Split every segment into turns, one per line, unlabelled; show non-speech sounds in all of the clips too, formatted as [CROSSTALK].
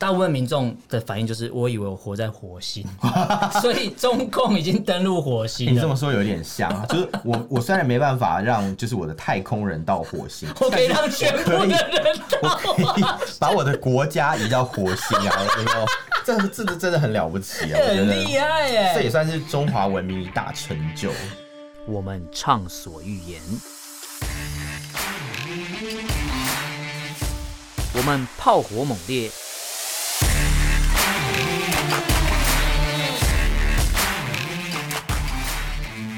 大部分民众的反应就是，我以为我活在火星， [LAUGHS] 所以中共已经登陆火星
你这
了。
么说有点像，啊 [LAUGHS] 就是我我虽然没办法让就是我的太空人到火星，
我可以让全部的人
我
到
可以 [LAUGHS] 把我的国家移到火星啊！有没有？这这这真的很了不起啊！我觉
很厉
得
害耶！
这也算是中华文明一大成就。
我们畅所欲言；我们炮火猛烈；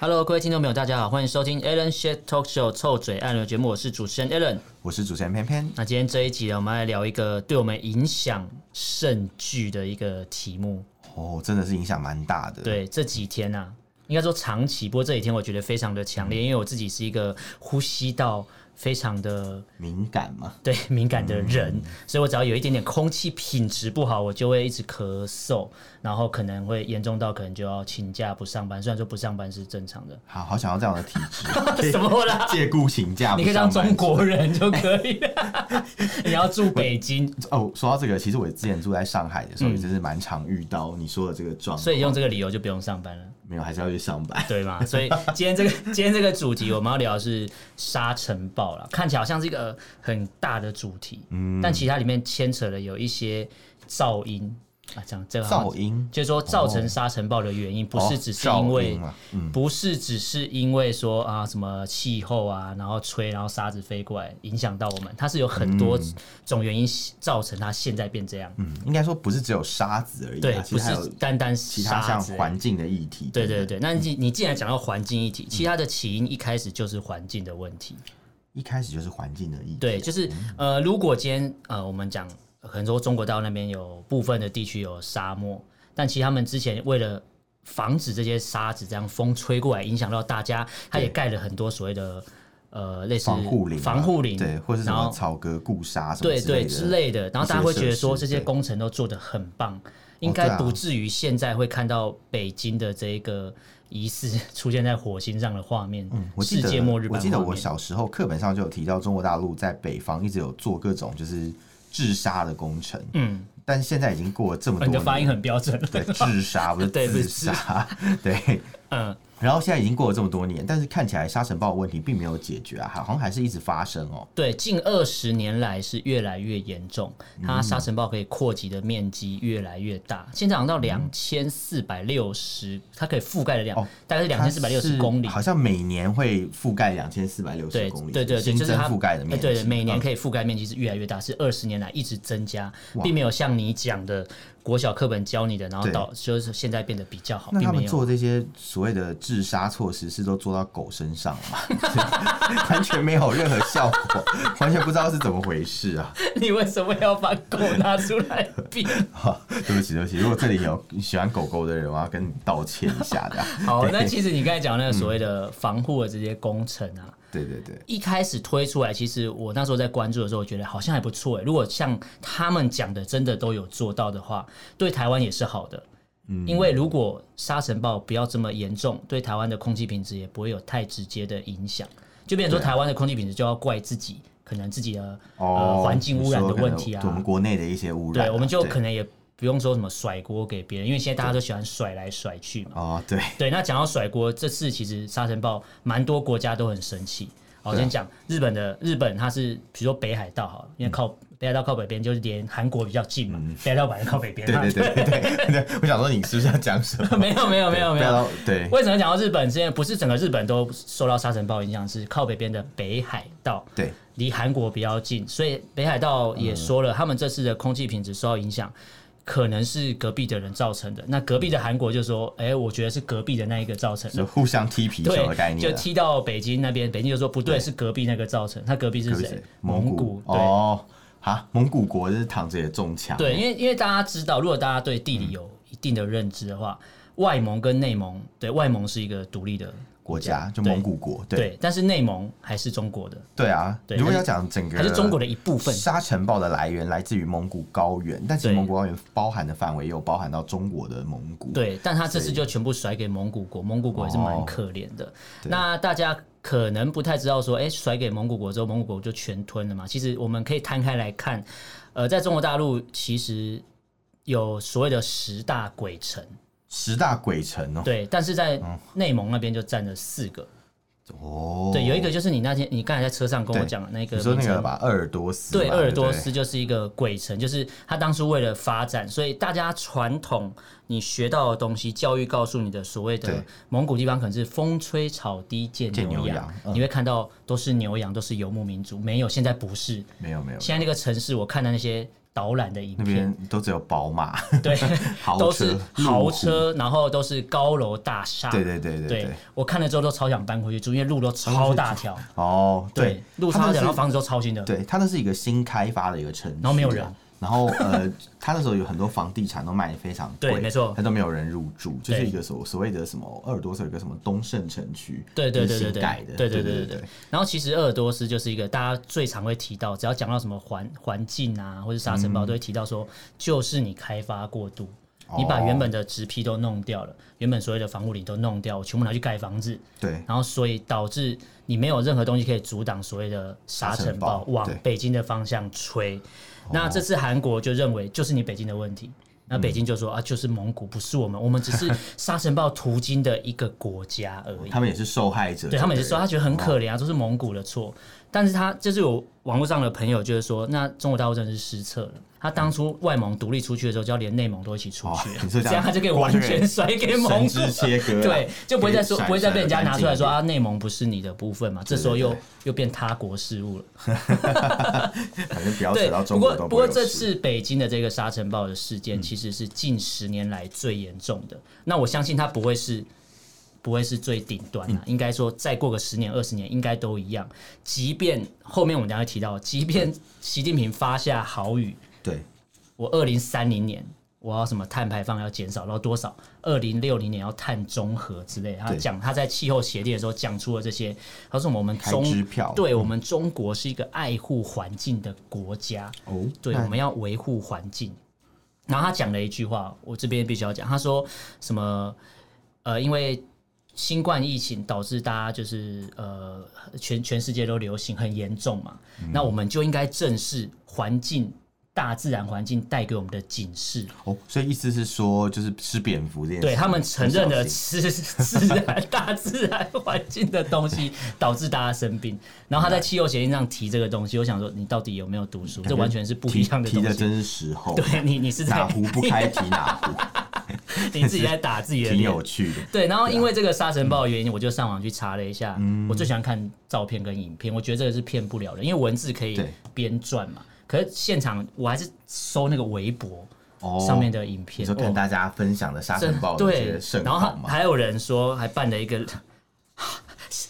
Hello，各位听众朋友，大家好，欢迎收听 Alan Shit Talk Show 臭嘴按钮节目，我是主持人 Alan。
我是主持人偏偏，
那今天这一集呢，我们来聊一个对我们影响甚巨的一个题目。
哦，真的是影响蛮大的。，
对，这几天啊，应该说长期，不过这几天我觉得非常的强烈，因为我自己是一个呼吸道非常的
敏感嘛，
对 [LAUGHS] 敏感的人，所以我只要有一点点空气品质不好，我就会一直咳嗽，然后可能会严重到可能就要请假不上班。虽然说不上班是正常的，
好好想要这样的体质，
什么啦？
借故请假。
[LAUGHS] 你可以
不上
当中
班
国人就可以了。 [LAUGHS] 你要住北京，
哦。说到这个，其实我之前住在上海的时候，也真是蛮常遇到你说的这个状况，
嗯所以啊用这个理由就不用上班了，
没有还是要去上班。
对吗？所以今天这个今天这个主题我们要聊的是沙尘暴了，看起来好像是一个很大的主题，
嗯
但其实它里面牵扯了有一些噪音啊，这样这个好像
噪音
就是说造成沙尘暴的原因，不是只是
哦
因
噪
为
音啊，
不是只是因为说啊什么气候啊，然后吹，然后沙子飞过来影响到我们，它是有很多种原因造成它现在变这样。
嗯，应该说不是只有沙子而已
对
啊，，其
不
实还
是
有
单单
其他
沙
像
子。
环境的嗯议题。
对
不
对对，那你你既然讲到环境议题，其他的起因一开始就是环境的问题。
一开始就是环境的议题。
对，就是
嗯
呃，如果今天呃，我们讲很多中国大陆那边有部分的地区有沙漠，但其实他们之前为了防止这些沙子这样风吹过来影响到大家，他也盖了很多所谓的呃类似
防护林啊、
防护林，
对，或者是什
然
么
后
草革固沙什么
对对之
之类的。
类的，然后大家会觉得说
一些设施
这些工程都做得很棒，应该不至于现在会看到北京的这一个疑似出现在火星上的画面，
嗯我记
世
得
界末日
我
版
记得
画
我
面。
小时候课本上就有提到中国大陆在北方一直有做各种就是治沙的工程，
嗯，哦
但现在已经过了这么多
你的
年，
发音很标准。
对治沙不是
对不
自
是
杀，对。
嗯，
然后现在已经过了这么多年，但是看起来沙尘暴的问题并没有解决啊，好像还是一直发生哦。
[LAUGHS] 对，近二十年来是越来越严重，
嗯
它沙尘暴可以扩及的面积越来越大，现在好像到两千四百六十，它可以覆盖的量、
哦
大概是两千四百六
它是
十公里，
好像每年会覆盖两千四百六十
对
公里，
对对对，
新
就是
增
它呃
覆盖的面积，
对对，每年
嗯
可以覆盖面积是越来越大，是二十年来一直增加，并没有像你讲的国小课本教你的，然后
对
到就是现在变得比较好，
那
并
他
没
们
有。
做这些所谓的治杀措施，是都做到狗身上了吗？ [LAUGHS] 完全没有任何效果， [LAUGHS] 完全不知道是怎么回事啊！
[LAUGHS]
[LAUGHS]
你为什么要把狗拿出来比？
哈对不起，对不起，如果这里有喜欢狗狗的人，我要跟你道歉一下的。 [LAUGHS]
好，那其实你刚才讲那个所谓
嗯
的防护的这些工程啊，
对对对，
一开始推出来，其实我那时候在关注的时候，我觉得好像还不错诶。欸如果像他们讲的真的都有做到的话，对台湾也是好的。
嗯
因为如果沙尘暴不要这么严重，对台湾的空气品质也不会有太直接的影响。就变成说
对啊
台湾的空气品质就要怪自己，可能自己的
哦
呃，环境污染的问题
你说可能对我
啊，
们国内的一些污染啊、
对，我们就可
能
能也不用说什么甩锅给别人，因为现在大家都喜欢甩来甩去嘛。
哦，对，
对，那讲到甩锅，这次其实沙尘暴蛮多国家都很生气。好我
对啊
先讲日本的，日本它是比如说北海道好了，
嗯
因为靠、北海道靠北边，就是连韩国比较近嘛，北海道本来靠北边
对
嘛。
嗯对对对对 [LAUGHS] 对，我想说你是不是要讲什么？
没有没有没 [LAUGHS] 有没
不
有。
要对啊
为什么讲到日本？是因为不是整个日本都受到沙尘暴影响，是靠北边的北海道
对，嗯
离韩国比较近，所以北海道也说了，他们这次的空气品质受到影响。可能是隔壁的人造成的。那隔壁的韩国就说：“哎、我觉得是隔壁的那一个造成的。”
就互相踢皮球的概
对，就
念啊。
踢到北京那边，北京就说不对，是隔壁那个造成，他隔壁是
可不可
谁
以？
蒙
古
古。
哦，哈，蒙古国就是躺着也中枪。
对对，因为因为大家知道，如果大家对地理有一定的认知的话，外蒙跟内蒙，对外蒙是一个独立的
国家，就
对
蒙古国，对
对，但是内蒙还是中国的，
对啊。
对
如果要讲整个
还是中国的一部分。
沙尘暴的来源来自于蒙古高原，但其实
对
蒙古高原包含的范围又包含到中国的蒙古。，
对，但他这次就全部甩给蒙古国，蒙古国也是蛮
哦
可怜的。那大家可能不太知道说，哎、甩给蒙古国之后，蒙古国就全吞了嘛？其实我们可以摊开来看，呃，在中国大陆其实有所谓的十大鬼城，
十大鬼城哦。
对，但是在内蒙那边就占了四个。
哦，
对，有一个就是你那天你刚才在车上跟我
对
讲的那个
你说那
名
个
称
吧，鄂尔多斯吧。
对，
啊对，
鄂尔多斯。就是一个鬼城，就是他当初为了发展，所以大家传统你学到的东西，教育告诉你的所谓的
对
蒙古地方可能是风吹草低见
见牛
牛羊
羊，嗯
你会看到都是牛羊，都是游牧民族，没有，现在不是，
没有没有，
现在那个城市我看的那些导览的影
那
片，
边都只有宝马、
对，
[LAUGHS] 豪
都
车
是、
路
豪
虎。
车，然后都是高楼大厦，
对对对对
对
对。
我看了之后都超想搬回去住，因为路都超大条，
哦，
对，路
他
超大
们
条，然后
是
房子都超新的，
对，它那是一个新开发的一个城市啊，
然后没有人
然后呃， [LAUGHS] 它那时候有很多房地产都卖的非常贵，
对没错
它都没有人入住，就是
对
一个所所谓的什么鄂尔多斯有一个什么东胜城区，
对对
就是
对对
新
对，
盖的，
对
对
对对对。然后其实鄂尔多斯就是一个大家最常会提到，只要讲到什么环环境啊，或者沙尘暴，都会提到说，就是你开发过度，你把原本的植批都弄掉了，原本所谓的房屋林都弄掉，我全部拿去盖房子，
对
然后所以导致你没有任何东西可以阻挡所谓的沙尘暴哦
沙尘暴
往
对
北京的方向吹。那这次韩国就认为就是你北京的问题。那北京就说、啊，就是蒙古，不是我们，我们只是沙尘暴途经的一个国家而已。
他们也是受害者，
对他们也是说，他觉得很
哦
可怜啊，都是蒙古的错。但是他就是有网络上的朋友就是说，那中国大陆真的是失策了。他当初外蒙独立出去的时候，就要连内蒙都一起出去 [LAUGHS]
哦你，是这样
这样他就可以完全甩给蒙
神
古
之。切割啊，
对，就不会再说，
可以
不会再被人家拿出来说
闪闪
啊，内蒙不是你的部分嘛。这时候又又变他国事务了。
干净反正不要
啊
扯
对
到，
不
中
过
国都
不
会
过
有
这
事
次
嗯
北京的这个沙尘暴的事件，其实是近十年来最严重的。那我相信它不会是不会是最顶端
嗯
啊，应该说再过个十年二十年，应该都一样。即便后面我们等一下会提到，即便习近平发下豪语，
对
我二零三零年。我要什么碳排放要减少到多少？二零六零年要碳中和之类的。他
对
讲他在气候协定的时候讲出了这些，他说我们
开
中
支嗯票
对我们中国是一个爱护环境的国家。
哦，
对，
那
我们要维护环境。然后他讲了一句话，我这边必须要讲，他说什么？呃，因为新冠疫情导致大家就是呃，全全世界都流行很严重嘛，
嗯
那我们就应该正视环境、大自然环境带给我们的警示。
哦，所以意思是说，就是吃蝙蝠这件事，
对他们承认了
不小心
吃自然、 [LAUGHS] 大自然环境的东西，导致大家生病。然后他在气候协定上提这个东西，我想说，你到底有没有读书？这完全是不一样的
提
东
的
西。
真是时候，
对你，你是在
哪壶不开提哪
[LAUGHS]
壶，
你自己在打自己的
[LAUGHS] 挺
脸。
有趣的。啊嗯
对，然后因为这个沙尘暴的原因，我就上网去查了一下。我最喜欢看照片跟影片，我觉得这个是骗不了的，因为文字可以
对
编撰嘛。可是现场我还是搜那个微博
哦
上面的影
你
片，
说看
哦
大家分享的沙
真
尘暴的这
对
些盛，
然后
况
还
嘛，
还有人说还办了一个。 [LAUGHS]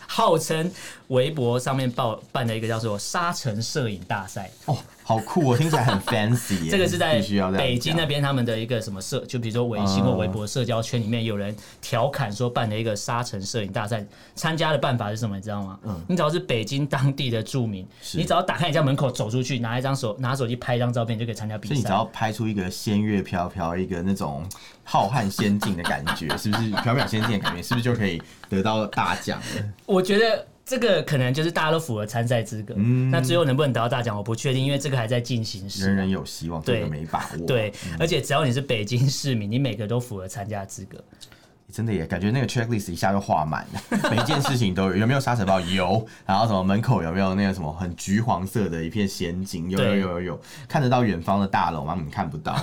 号称微博上面报办了一个叫做“沙尘摄影大赛”，
哦，好酷哦，听起来
[LAUGHS]
很 fancy 耶。
这个是在
必须要这样
北京那
讲
边他们的一个什么社，就比如说微信
嗯
或微博社交圈里面有人调侃说办了一个沙尘摄影大赛，参加的办法是什么？你知道吗？
嗯
你只要是北京当地的住民，你只要打开你家门口走出去，拿一张手拿手机拍一张照片，就可以参加比
所以你只
赛。
要拍出一个仙乐飘飘，一个那种浩瀚仙境的感觉，是不是缥缈仙境的感觉，是不是就可以得到大奖了？
我觉得。这个可能就是大家都符合参赛资格，那最后能不能得到大奖，我不确定，因为这个还在进行时。
嗯人人嗯有希望，这
对
个没把握。
对，而且只要你是北京市民，你每个都符合参加资格。
真的也感觉那个 checklist 一下就画满了， [LAUGHS] 每一件事情都有。有没有沙尘暴？有。然后什么门口有没有那个什么很橘黄色的一片仙境？有有
对
有有有。看得到远方的大楼吗？你看不
[LAUGHS]
到，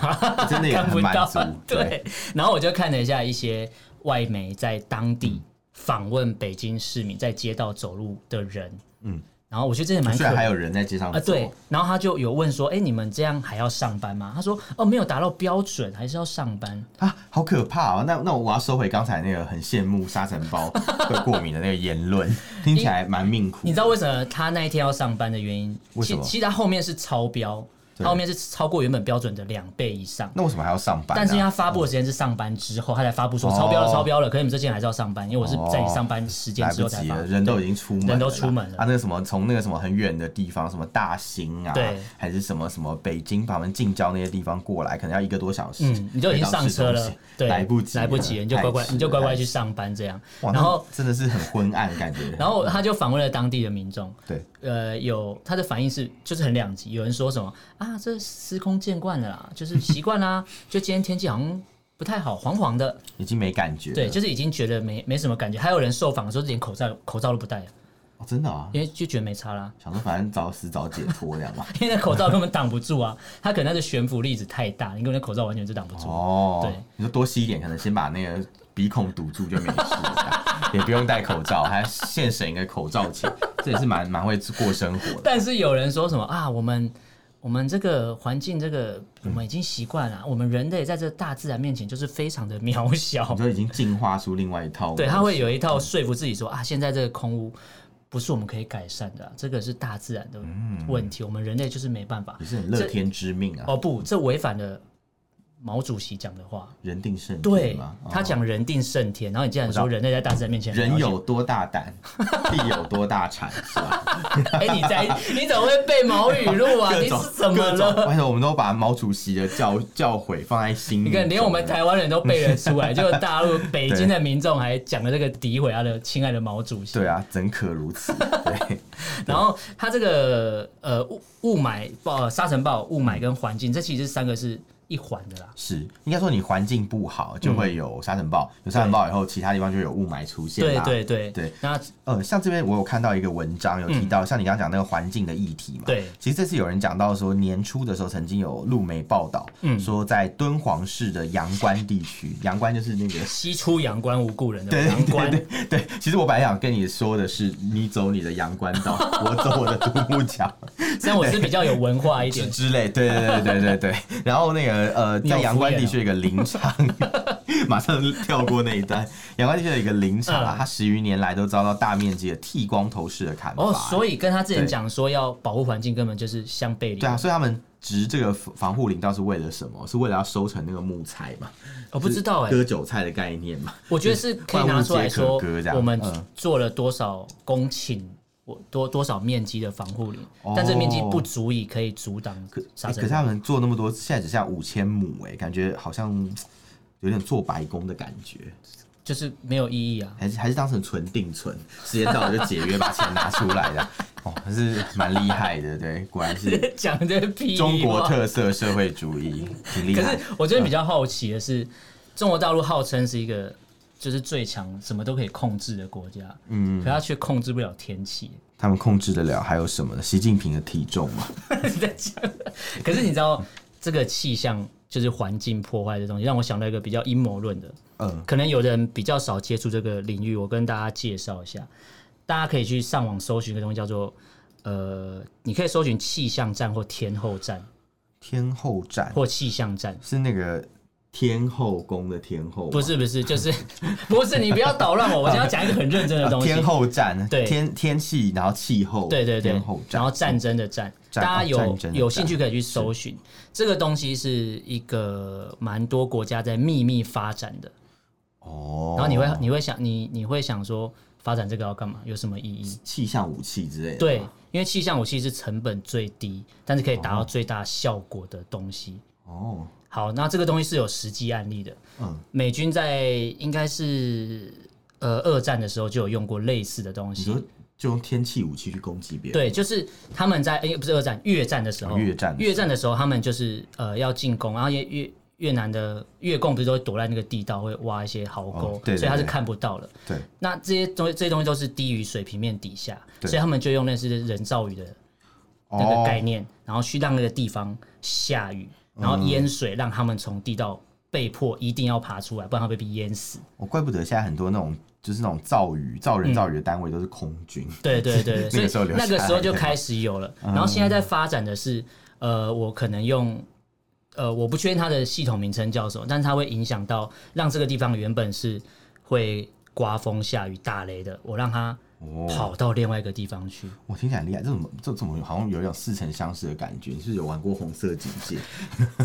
真的也
看
很
不
满
到
足。。
对，然后我就看了一下一些外媒在当地访问北京市民在街道走路的人，嗯，然后我觉得这也蛮
居
可
然还
啊、
有人在街上走。
对，然后他就有问说，哎、你们这样还要上班吗？他说，哦，没有达到标准，还是要上班。
啊，好可怕哦！那那我要收回刚才那个很羡慕沙尘暴会过敏的那个言
[LAUGHS]
论，听起来蛮命苦。
你知道为什么他那一天要上班的原因？
为什么
其其实他后面是超标，它后面是超过原本标准的两倍以上。
那为什么还要上班、啊？
但是因为它发布的时间是上班之后，它才发布说超标了，
哦
超标了。可是你们这些人还是要上班，因为我是在你上班时间
来
之
不
后才
及
发布
了，。人都已经出门了啦，
人都出门了
啊！那个什么，从那个什么很远的地方，什么大兴啊，
对
还是什么什么北京把我们近郊那些地方过来，可能要一个多小时。
嗯，你就已经上车
回到市
了
中心，
对，
来不及，
来不及了，你就乖乖，
太迟了
你就乖乖。
太
去
迟
上班这样。
哇，
然后，
那真的是很昏暗的感觉。
然后他就访问了当地的民众，
对，
呃，有他的反应是就是很两极，有人说什么啊，这司空见惯了啦，就是习惯
[LAUGHS]
啦，就今天天气好像不太好，黄黄的，
已经没感觉了。
对，就是已经觉得没没什么感觉。还有人受访的时候连口罩口罩都不戴了，
哦，真的啊，
因为就觉得没差啦。
想说反正早死早解脱这样嘛。
因为那口罩根本挡不住啊，它可能它的悬浮粒子太大，你根本那口罩完全就挡不住。
哦，
对，
你说多吸一点，可能先把那个鼻孔堵住就没事了， [LAUGHS] 也不用戴口罩，还现省一个口罩钱，这也是蛮蛮会过生活的。
但是有人说什么啊，我们我们这个环境，这个我们已经习惯了，我们人类在这大自然面前就是非常的渺小
你。说已经进化出另外一
[LAUGHS]
套，
对，他会有一套说服自己说啊，现在这个空屋不是我们可以改善的啊、这个是大自然的问题，我们人类就是没办法
也。嗯是很乐天知命啊，
哦不，这违反了毛主席讲的话。
人定胜
对
天嘛。哦
他讲人定胜天，然后你竟然
我
说
知道
人类在大自然面前很渺
人
小
[LAUGHS] 有多大胆，必有多大
[LAUGHS]
产，是吧？
哎、你在你怎么会背毛语录啊？
各
你
种
是怎么
各种
了？
拜托，我们都把毛主席的教教诲放在心里。
你看，连我们台湾人都背得出
[LAUGHS]
来，就大陆北京的民众还讲了这个诋毁他的亲爱的毛主席。
对啊，怎可如此？对，啊
然后他这个呃雾雾霾暴沙尘暴、雾霾跟环境，这其实三个是一环的啦。
是应该说你环境不好，就
嗯
会有沙尘暴，有沙尘暴以后，其他地方就有雾霾出现
对
啦。
对对
对。
那
呃，像这边我有看到一个文章，有提到、像你刚刚讲那个环境的议题嘛。
嗯对
其实这次有人讲到说，年初的时候曾经有路媒报道，嗯，说在敦煌市的阳关地区，阳关就是那个。 [LAUGHS]
西出阳关无故人的阳关，
对，其实我本来想跟你说的是，你走你的阳关道，我走我的独木桥
虽然我是比较有文化一
之
点，
[LAUGHS] 之类。对对对对对对。然后那个呃，
你有
在阳关
敷衍
地
哦
区有一个林场， [LAUGHS] 马上跳过那一段。阳关地区有一个林场啊
嗯，
它十余年来都遭到大面积的剃光头式的砍伐。
哦，所以跟他之前
对
讲说要保护环境，根本就是相悖理。
对啊，，所以他们植这个防防护林道是为了什么？是为了要收成那个木材嘛？
我不知道哎、
割韭菜的概念嘛？
我觉得是可以拿出来
万
说
物皆可割这，样
我们
嗯
做了多少公顷，我多多少面积的防护林
哦，
但这面积不足以可以阻挡沙
欸可是
尘暴。
他们做那么多，现在只剩下五千亩，哎，感觉好像嘖有点做白工的感觉，
就是没有意义啊。 [LAUGHS]
还是还是当成纯定存，时间到了就解约，把钱拿出来的。 [LAUGHS] 哦，还是蛮厉害的，对，果然 [LAUGHS] 是
讲这个屁话
中国特色社会主义，挺厉
可
害
是。 [LAUGHS] 我觉得比较好奇的是，中国大陆号称是一个就是最强，什么都可以控制的国家，嗯，可它却控制不了天气。
他们控制得了还有什么呢？习近平的体重嘛，
你 [LAUGHS] 在讲，可是你知道这个气象就是环境破坏的东西，让我想到一个比较阴谋论的，
嗯，
可能有的人比较少接触这个领域，我跟大家介绍一下，大家可以去上网搜寻一个东西叫做。呃，你可以搜寻气象站或天后站
天后战
或气象站，
是那个天后宫的天后吗，
不是不是，就是不是你不要捣乱我，我现在要讲一个很认真的东西。
[LAUGHS] 天后战，
对
天天气，然后气候，
对对对
天后，战，
然后战争的战，大
战
家
哦
有
战争的
有
战
兴趣可以去搜寻这个东西，是一个蛮多国家在秘密发展的。
哦，
然后你会你会想你你会想说发展这个要干嘛？有什么意义？
气象武器之类的，
对，，因为气象武器是成本最低，但是可以达到最大效果的东西。
哦，
好，那这个东西是有实际案例的。
嗯，
美军在应该是呃二战的时候就有用过类似的东
你
西。
说就用天气武器去攻击别人，
对，就是他们在哎、不是二战，越战的时候，
哦越战的时候
越战的时候，他们就是呃要进攻，然后越越越南的越共不是都会躲在那个地道，会挖一些壕沟，
哦对对
所以他是
对
看不到的。
对
那这些东西，这些东西都是低于水平面底下，
对
所以他们就用类似人造雨的那个
哦，
概念，然后去让那个地方下雨，然后淹水，让他们从地道被迫一定要爬出来，不然会被淹死。
我怪不得现在很多那种就是那种造雨、
嗯
造人、造雨的单位都是空军，
对对对，
[LAUGHS] 那
对
个时
所
候
以
留下
那
来
个时候就
的
开始有了。
嗯
然后现在在发展的是，呃，我可能用，呃，我不确定它的系统名称叫什么，但是它会影响到让这个地方原本是会刮风、下雨、打雷的，我让它
哦，
跑到另外一个地方去。
我听起来很厉害，这怎么这怎么好像有一种似曾相识的感觉？你是不是有玩过红色警戒？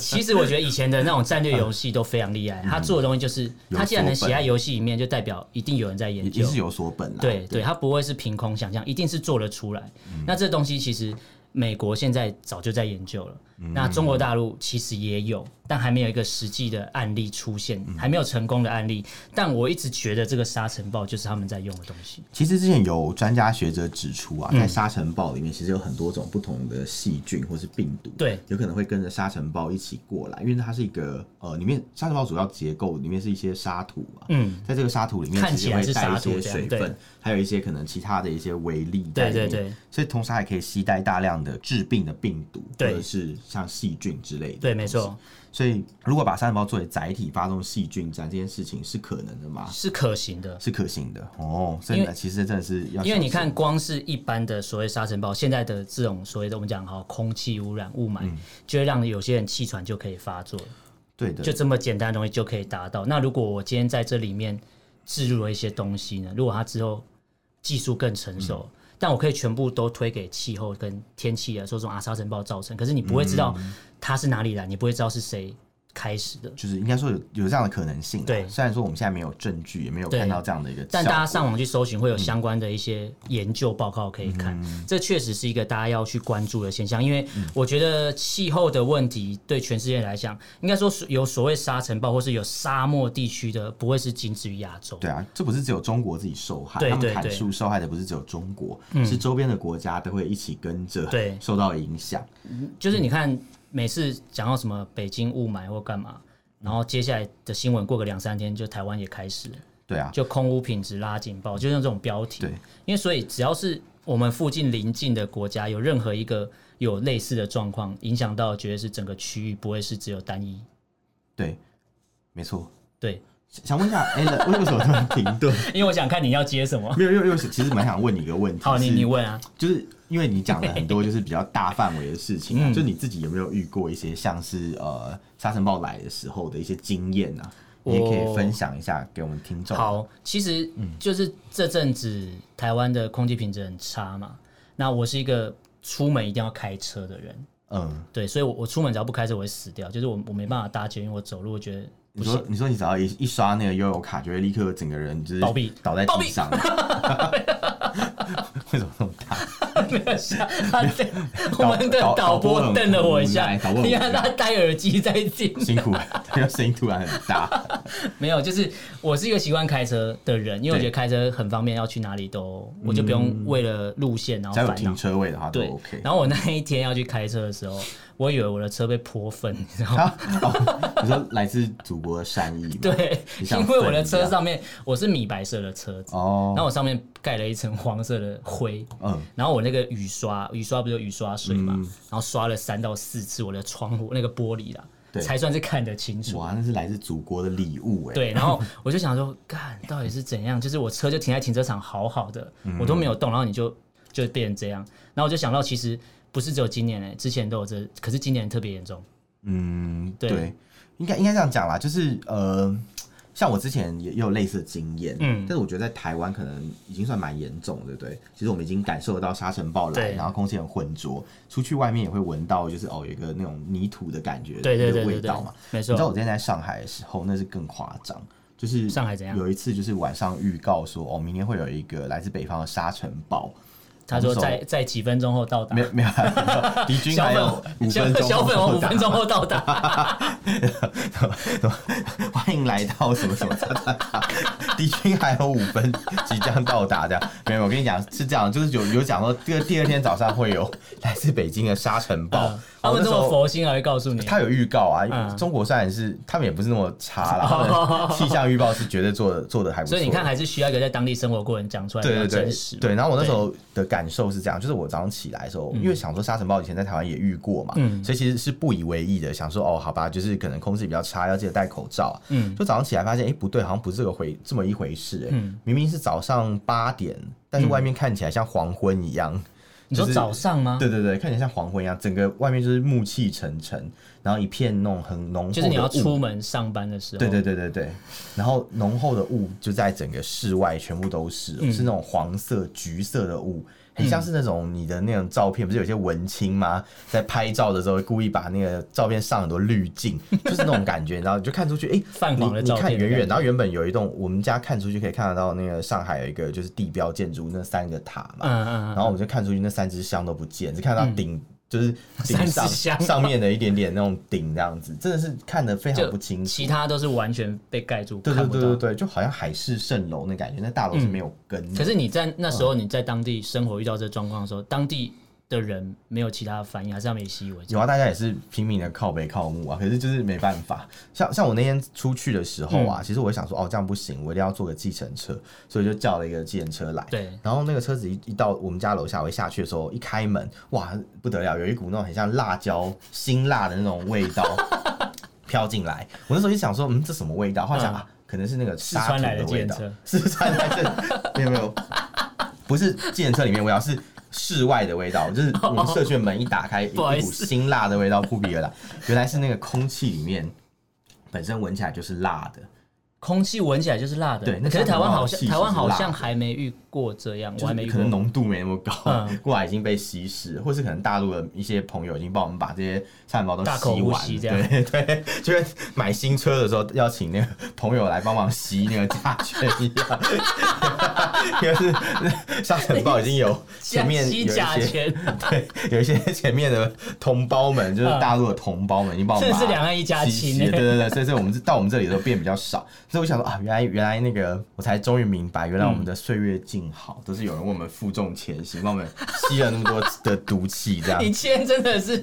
其实我觉得以前的那种战略游戏都非常
[LAUGHS]
厉害，
嗯
他做的东西就是，
有
他既然能
所
写
本
在游戏里面，就代表一定有人在研
也
究
也。是有所本啦。
对嗯对，他不会是凭空想象，一定是做得出来。那这东西其实美国现在早就在研究了，那中国大陆其实也有，但还没有一个实际的案例出现，还没有成功的案例。但我一直觉得这个沙尘暴就是他们在用的东西。
其实之前有专家学者指出啊，
嗯
在沙尘暴里面其实有很多种不同的细菌或是病毒，
对，
有可能会跟着沙尘暴一起过来，因为它是一个呃，里面沙尘暴主要结构里面是一些沙土嘛，
嗯，
在这个沙土里面
看
其
起
实
来
会
是
带一
沙土
些
这样
水
对
分，还有一些可能其他的一些微粒在里
对
面，
对对
所以同时还可以携带大量的致病的病毒，
对
或者是像细菌之类的，
对，没。错，
所以如果把沙尘暴作为载体发动细菌战这件事情是可能的吗？
是可行的。
是可行的哦，所以
因为
其实真的是要，
因为你看，光是一般的所谓沙尘暴，现在的这种所谓的我们讲哈，空气污染、雾霾，就会让有些人气喘就可以发作了，
对的，
就这么简单的东西就可以达到。那如果我今天在这里面置入了一些东西呢？如果它之后技术更成熟，但我可以全部都推给气候跟天气来说说啊，沙尘暴造成，可是你不会知道它是哪里来，你不会知道是谁开始的。
就是应该说有有这样的可能性啊。
对
虽然说我们现在没有证据，也没有
对
看到这样的一个效果，
但大家上网去搜寻，会有相关的一些研究报告可以看。这确实是一个大家要去关注的现象，因为我觉得气候的问题对全世界来讲，应该说是有所谓沙尘暴或是有沙漠地区的，不会是仅止于亚洲。
对啊，这不是只有中国自己受害，
对
他们
对
砍
对
树受害的不是只有中国，是周边的国家都会一起跟着
对
[LAUGHS] 受到影响。
就是你看每次讲到什么北京雾霾或干嘛，然后接下来的新闻过个两三天，就台湾也开始了
对啊，
就空污品质拉警报，就像这种标题。
对，
因为所以只要是我们附近邻近的国家有任何一个有类似的状况，影响到绝对是整个区域，不会是只有单一。
对，没错。
对，
想想问一下 a l [LAUGHS] 为什么突然停顿？
因为我想看你要接什么。
没有，因为因为其实蛮想问你一个问题，
好，你
是
你问啊。
就是因为你讲了很多就是比较大范围的事情、啊，
嗯
就你自己有没有遇过一些像是呃沙尘暴来的时候的一些经验啊？你也可以
我
分享一下给我们听众。，
好，其实
嗯
就是这阵子台湾的空气品质很差嘛。那我是一个出门一定要开车的人，
嗯，
对，所以我我出门只要不开车，我会死掉。就是我我没办法搭捷运，我走路我觉得
你
不
说
行。
你说你只要一一刷那个悠游卡，就会立刻整个人就是
暴毙
倒在
暴
地
毙
上。 [LAUGHS] 为什么那么大？
[LAUGHS] 没 [LAUGHS] 有想，他瞪我们的导播瞪了我一下
导播很无奈导播很无，奈
你看他戴耳机在听。
辛苦 [LAUGHS] 了，那个声音突然很大。
没有，就是我是一个习惯开车的人，因为我觉得开车很方便，要去哪里都，我就不用为了路线然
只
后
要有
烦恼
停。车位的话都
对
OK，。
然后我那一天要去开车的时候，我以为我的车被泼粪，你知道吗？
啊 [LAUGHS] 哦，你说来自祖国的善意嘛？
对，
你像
因为我的
粪一
车
样
上面我是米白色的车子，然
哦，
后我上面盖了一层黄色的灰，
嗯，
然后我那个雨刷，雨刷不是有雨刷水嘛，然后刷了三到四次我的窗户那个玻璃啦
对，
才算是看得清楚。
哇，那是来自祖国的礼物哎。
对，然后我就想说，干到底是怎样？就是我车就停在停车场好好的，
嗯
我都没有动，然后你就就变成这样。然后我就想到，其实不是只有今年诶、之前都有这，可是今年特别严重。
嗯，
对
对，应该应该这样讲啦，就是呃，像我之前也也有类似的经验，嗯
嗯，
但是我觉得在台湾可能已经算蛮严重，对不对？其实我们已经感受到沙尘暴来，
对
然后空气很浑浊，出去外面也会闻到，就是哦有一个那种泥土的感觉，
对对
的
对
味
对对
道嘛。，
没
你知道
错。
我之前在上海的时候，那是更夸张。就是
上海怎样
有一次就是晚上预告说，哦，明天会有一个来自北方的沙尘暴，
他说在在几分钟后到达
没。有没有，
[LAUGHS]
敌军
小
还有
粉
五分钟，
小粉红五分钟后到
[LAUGHS]
达，
欢迎来到什么什么叉叉叉，敌军还有五分即将到达的。没有，我跟你讲是这样，就是有有讲说，第二第二天早上会有来自北京的沙
[LAUGHS]
尘暴
嗯。他们这么佛心还会告诉你，
他有预告啊，
嗯
中国虽然是他们也不是那么差啦，
[LAUGHS]
他们气象预报是绝对做的做的还不错。
所以你看还是需要一个在当地生活过的人讲出来比
对
较
对
真
对
实嘛。
对，然后我那时候的感受是这样，就是我早上起来的时候，因为想说沙尘暴以前在台湾也遇过嘛，
嗯
所以其实是不以为意的，想说哦，好吧，就是可能空气比较差，要记得戴口罩啊。
嗯
就早上起来发现，哎、不对，好像不是这个回这么一回事、哎、
嗯
明明是早上八点，但是外面看起来像黄昏一样。
你说
就是
早上吗？
对对对，看起来像黄昏一样，整个外面就是暮气沉沉，然后一片那种很浓厚的雾。
就是你要出门上班的时候，
对对对对对，然后浓厚的雾就在整个室外全部都是哦，
嗯
是那种黄色、橘色的雾，很像是那种你的那种照片，不是有些文青吗？在拍照的时候故意把那个照片上很多滤
[LAUGHS]
镜，就是那种感觉，然后你就看出去，哎、
泛
你
黄的
你
照
看
片
远
的
远，
感
然后原本有一栋我们家看出去可以看得到那个上海有一个就是地标建筑那三个塔嘛，
嗯嗯
然
嗯，
后我们就看出去那三只香都不见，只看到顶。就是顶
三只
上
香
上面的一点点那种顶这样子，真的是看得非常
就
不清楚。
其他都是完全被盖住，
对对
看不
对
到
对。对，就好像海市蜃楼那感觉，那大楼是没有根的。
可是你在那时
嗯
候你在当地生活遇到这状况的时候，当地的人没有其他的反应，还是他们也习以为常。
有啊，大家也是拼命的靠北靠木啊，可是就是没办法。像像我那天出去的时候
嗯
啊，其实我想说，哦，这样不行，我一定要坐个计程车，所以就叫了一个计程车来。
对，
然后那个车子一一到我们家楼下，我一下去的时候，一开门，哇，不得了，有一股那种很像辣椒辛辣的那种味道 [LAUGHS] 飘进来。我那时候就想说，嗯，这什么味道？后来想、
嗯
啊，可能是那个
四
沙
川
土
来的
味
计
道
程车。
四川来的， [LAUGHS] 没有没有，不是计程车里面味道，是室外的味道，就是我们社区的门一打开，一
哦不好意
股
思
辛辣的味道扑鼻而来。原来是那个空气里面本身闻起来就是辣的，
空气闻起来就是辣的，
对那
可是台湾好
香
像
港的气息
台湾好
是辣
像
的
还没遇过这样，我
就
还
是
没遇
可
过
能。浓度没那么高，
嗯
[LAUGHS] 过来已经被稀释，或是可能大陆的一些朋友已经帮我们把这些沙尘暴都
大口
吸
呼
完
吸
了，
这样
对对，就是买新车的时候要请那个朋友来帮忙吸那个甲醛一样， [LAUGHS] 因为是 [LAUGHS] 沙尘暴已经有前面有
吸
一
甲
些。
醛，
[LAUGHS] 对，有一些前面的同胞们，就是大陆的同胞们，已经帮我
真
们
的嗯
把
是两岸一家
吸
亲
吸
欸
了对对对，所以所以我们到我们这里都变比较少。所以我想说啊，原来原来那个，我才终于明白，原来我
嗯
们的岁月静好，都是有人为我们负重前行，帮我们吸了那么多的毒气，
[LAUGHS]
这样
你今天真的
[LAUGHS]
是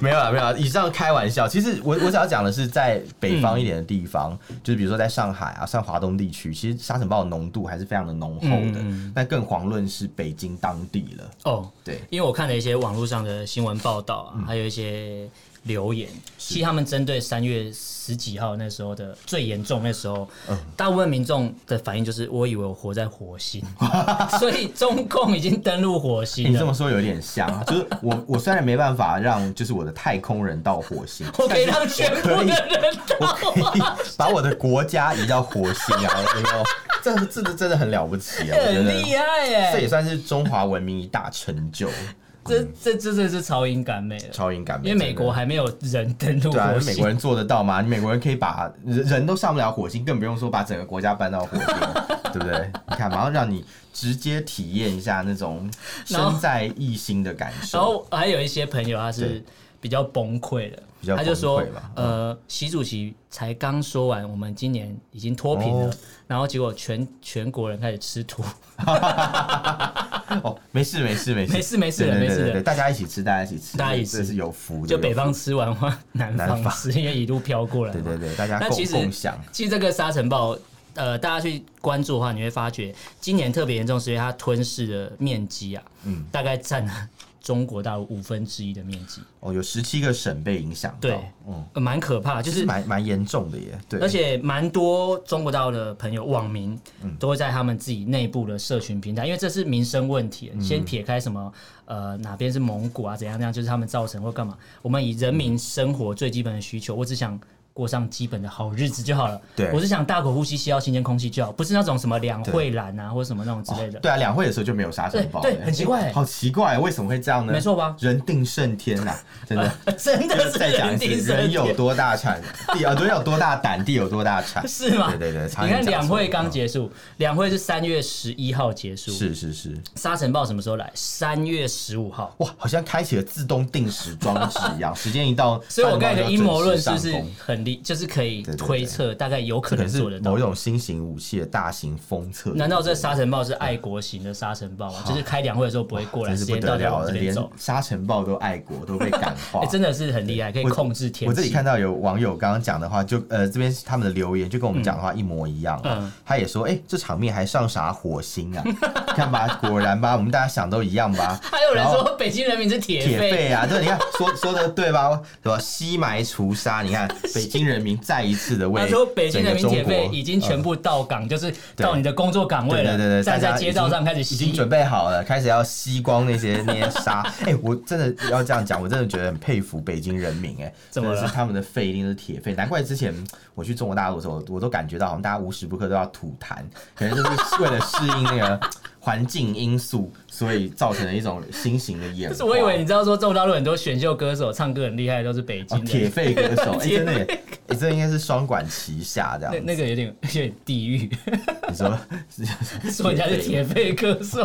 没有啦，没有啦，以上开玩笑。其实我我想要讲的是，在北
嗯
方一点的地方，就是比如说在上海啊、像华东地区，其实沙尘暴的浓度还是非常的浓厚的。
嗯
那更遑论是北京当地了。
哦，
对，
因为我看了一些网络上的新闻报道
嗯
啊，还有一些留言，其实他们针对三月十几号那时候的最严重，那时候、
嗯
大部分民众的反应就是，我以为我活在火
[LAUGHS]
星，所以中共已经登陆火星
你这
了。
么说有点像，啊就是我 [LAUGHS] 我虽然没办法让就是我的太空人到火
[LAUGHS]
星，
我可以
但是
让全部
我可以
的人
我
到
可以把我的国家移到火星啊！有没有？这这这真的很了不起啊！我觉
很厉
得
害耶、
这也算是中华文明一大成就，
这这这真的是超英赶美了，
超英赶美。
因为美
真的
国还没有人登陆
对啊
火，
美
星
国。人做得到吗？你美国人可以把人人都上不了火星，更不用说把整个国家搬到火星，对不对？你看，马上让你直接体验一下那种
然后
身在异星的感
然
受。
后还有一些朋友他是
对
比较崩溃的，
比较
他就说
崩溃吧，嗯
呃，习主席才刚说完，我们今年已经脱贫了，
哦
然后结果全全国人开始吃土，
哦，没事没事没事
没事没事的
对对
没事的
对对大家一起吃，大家一起吃，
大家一起吃
这是有福的，
就北
有
方吃完换南
南
方
方
吃，因为一路飘过来
福。对
嘛。
对对，大家
那
共
其实
共享。
其实这个沙尘暴，呃，大家去关注的话，你会发觉今年特别严重，是因为它吞噬的面积啊，
嗯
大概占了中国大陆五分之一的面积，
哦，有十七个省被影响到，
对
嗯，
呃蛮可怕的，就
就是是蛮蛮严重的耶，对，
而且蛮多中国大陆的朋友网民
嗯
都会在他们自己内部的社群平台，因为这是民生问题，
嗯
先撇开什么呃哪边是蒙古啊怎样怎样，就是他们造成或干嘛，我们以人民生活最基本的需求，我只想。过上基本的好日子就好了。
对
我只想大口呼吸，吸到新鲜空气就好，不是那种什么两会蓝啊，或者什么那种之类的。
对啊，两会的时候就没有沙尘暴
对
耶，
对很奇怪
哎好奇怪，为什么会这样呢？
没错吧？
人定胜天
[LAUGHS]
呐，真的。
[LAUGHS] 真的是
再讲一
人
次，
定胜
人有
天，
多大产，地啊，人有多大胆，地有多大产。
是吗？
对对对，差
你
点
看
讲
两
错嗯
会刚结束，两会是三月十一号结束，
是是是，
沙尘暴什么时候来？三月十五号。
哇，好像开启了自动定时装置
[LAUGHS]
一样，时间一到，
所以我刚才
看
的
到
阴谋论是不
准时
是
上工
很厉，就是可以
对对对
推测，大概有可
这可
能
能是
做得到
某一。种新型武器的大型封测。
难道这沙尘暴是爱国型的沙尘暴吗？就是开两会的时候不会过来，
真
时
是不
间
得
到就
了
往
了，
这边
连
走。
沙尘暴都爱国，都被感化
[LAUGHS] 哎，。真的是很厉害，可以
我
控制天气。
我这里看到有网友刚刚讲的话，就呃这边是他们的留言就跟我们讲的话一模一样、啊
嗯
他也说，哎、这场面还上啥火星啊？
[LAUGHS]
看吧，果然吧，我们大家想都一样吧。
还有人
然后
说北京人民是铁
铁
肺， [LAUGHS]
肺啊，这你看说说的对吧？什么西埋除沙，你看北京人民再一次的为
他说北京
整
人
个
民
中
铁肺
国嗯
已经全部到岗，就是到
对
你的工作岗位
对
了，
对对对，
站
大
在
家
街道
已经
上开始
已经
吸。
准备好了，开始要吸光那些那些
[LAUGHS]
沙。哎、我真的要这样讲，我真的觉得很佩服北京人民、哎，
[LAUGHS] 怎么
真
了
的是他们的肺一定是铁肺，难怪之前我去中国大陆的时候，我都感觉到好像大家无时不刻都要吐痰，可能就是为了适应那个环境因素，所以造成了一种新型的
[LAUGHS]
演
就是
化。
我以为你知道说，中国大陆很多选秀歌手唱歌很厉害，都是北
哦
京的。
铁肺歌手，哎、
铁 [LAUGHS]
真的耶，哎、这应该是双管齐下这样
那
子。
那个有点有点地狱，
你说
说人家 [LAUGHS] 是铁肺歌
[LAUGHS]
手。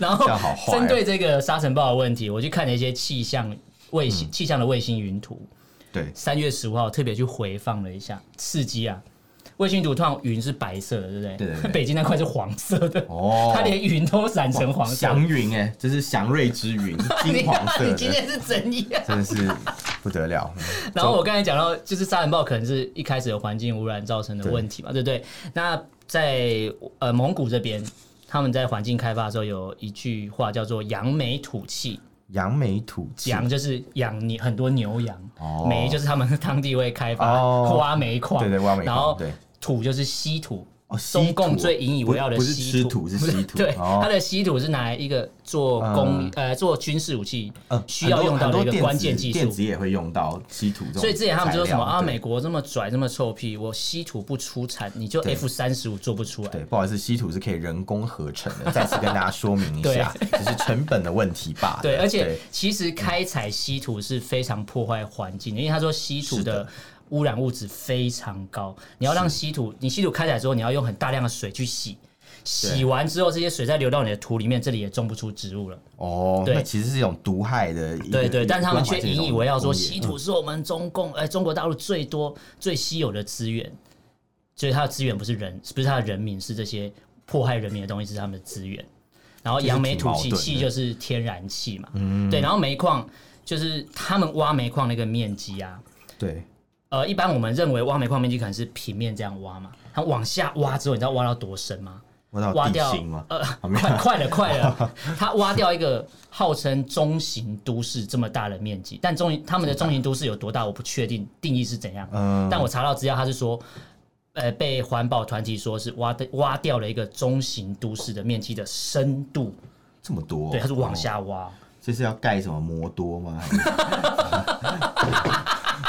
然后
这样好坏哦
针对这个沙尘暴的问题，我去看了一些气象卫
嗯
星、气象的卫星云图，
对
三月十五号特别去回放了一下，刺激啊！卫星图通常云是白色的，对不对？
对对对
北京那块是黄色的，
哦
它连云都染成黄色。
祥云哎，这是祥瑞之云，是金黄
[LAUGHS]
色
你
的。
今天是怎样？
真的是不得了。
然后我刚才讲到，就是沙尘暴可能是一开始有环境污染造成的问题嘛，对不对？那在呃蒙古这边，他们在环境开发的时候有一句话叫做“扬眉吐气
扬眉吐”，气，
扬就是养牛很多牛羊，
哦
煤就是他们当地会开发
哦
挖煤矿，
对对挖煤矿
然后
对
土就是稀土。
哦稀土
中共最引以为傲的
不不是
稀
吃土是稀
[LAUGHS]
土
对，
哦
它的稀土是拿来一个做工
嗯
呃做军事武器
呃
需要用到的
很多
一个关键技
电子
术
电。子也会用到稀土这种材料，
所以之前他们就说什么啊，
对
美国这么拽，这么臭屁，我稀土不出产，你就
对
F 三十五做不出来。
对，不好意思，稀土是可以人工合成的，再次跟大家说明
[LAUGHS]
一下，只是成本的问题罢了。
对，而且其实开采稀土是非常破坏环境的，因为他说稀土
是
的
的
污染物质非常高，你要让稀土，你稀土开采之后，你要用很大量的水去洗，洗
对
完之后，这些水再流到你的土里面，这里也种不出植物了。
哦，
对
那其实是一种毒害的一个，
对对，
一个
但是他们却引以为傲，说
工业
稀土是我们中共哎、中国大陆最多最稀有的资源，所以它的资源不是人，不是它的人民，是这些迫害人民的东西是他们的资源。然后
这是
扬眉
挺
吐
矛
气，
盾
气
的嗯
就是天然气嘛，对。然后煤矿就是他们挖煤矿那个面积啊，
对
呃，一般我们认为挖煤矿面积可能是平面这样挖嘛，它往下挖之后，你知道挖到多深吗？
挖到
挖
地
掉
心吗？
呃，
啊没有
快快了快了， [LAUGHS] 他挖掉一个号称中型都市这么大的面积，但中型他们的中型都市有多大，我不确定定义是怎样。
嗯
但我查到资料，他是说，呃，被环保团体说是挖的挖掉了一个中型都市的面积的深度，
这么多，
对，他是往
哦，
下挖。
这是要盖什么摩多吗？ [LAUGHS]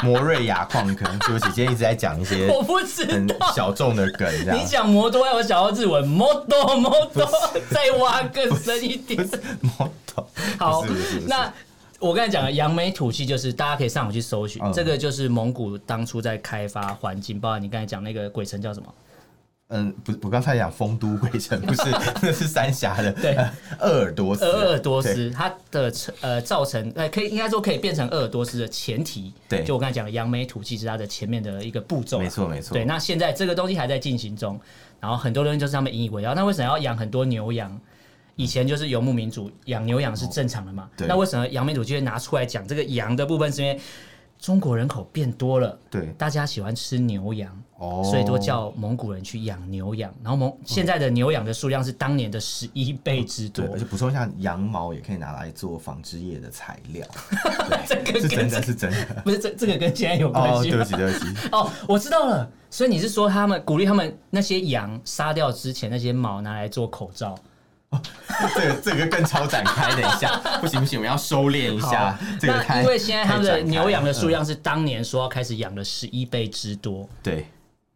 摩瑞亚矿坑，对不起，今天一直在讲一
[LAUGHS]
些
我不知
很
道。
小众的梗这
你
样。
讲摩多，我想到日文摩多摩多，再挖更深一点。
摸头
[LAUGHS] 好
不是不是不是，
那我刚才讲的扬眉吐气，就是大家可以上网去搜寻，
嗯
这个就是蒙古当初在开发环境，包括你刚才讲那个鬼城叫什么？
嗯，不，我刚才讲丰都
[LAUGHS]
鬼城不是，那是三峡的，
对
呃，鄂尔多斯，
鄂尔多
对，
斯，它的成呃造成呃可以应该说可以变成鄂尔多斯的前提，
对
就我刚才讲的扬眉吐气是它的前面的一个步骤啊，
没错没错
对，那现在这个东西还在进行中，然后很多东西就是他们引以为傲。那为什么要养很多牛羊？以前就是游牧民族养牛羊是正常的嘛？
哦对
那为什么扬眉吐气会拿出来讲这个羊的部分？是因为中国人口变多了，
对，
大家喜欢吃牛羊，
哦
所以都叫蒙古人去养牛羊。然后蒙现在的牛羊的数量是当年的十一倍之多
哦对，，而且补充一下，羊毛也可以拿来做纺织业的材
[LAUGHS]
料，
这个
是真
跟
的是真
[LAUGHS]
的。
[LAUGHS] 不是这这个跟现在有关
哦，
系
对
吗
不起对不起，
[LAUGHS] 哦，我知道了。所以你是说他们鼓励他们那些羊杀掉之前那些毛拿来做口罩？
这个这个更超展开，等一下，不行不行，我们要收敛一下
好，
这个
那
太
因为现在他们的
太展开
牛羊的数
了
量是当年说要开始养的十一倍之多，
嗯对，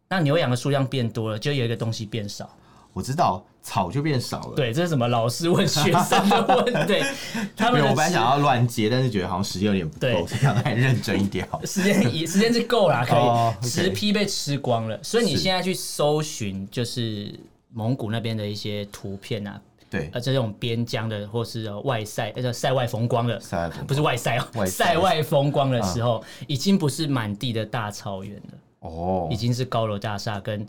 那牛羊的数量变多了，就有一个东西变少。
我知道草就变少了。
对，这是什么？老师问学生的问
[LAUGHS]
题，他
没
们
有，
的
我本来想要乱接，但是觉得好像时间有点不
对 [LAUGHS]
[LAUGHS] 够，这样还认真一点好了。
时间已时间是够啦，可
[LAUGHS] 哦
以
，OK
十批被吃光了，所以你
是
现在去搜寻就是蒙古那边的一些图片啊，
对
呃，，这种边疆的或是呃外晒，呃，塞外风光的，
塞外风光
不是外晒哦，
外啊晒
塞外风光的时候，已经不是满地的大草原了，
哦
已，经是高楼大厦跟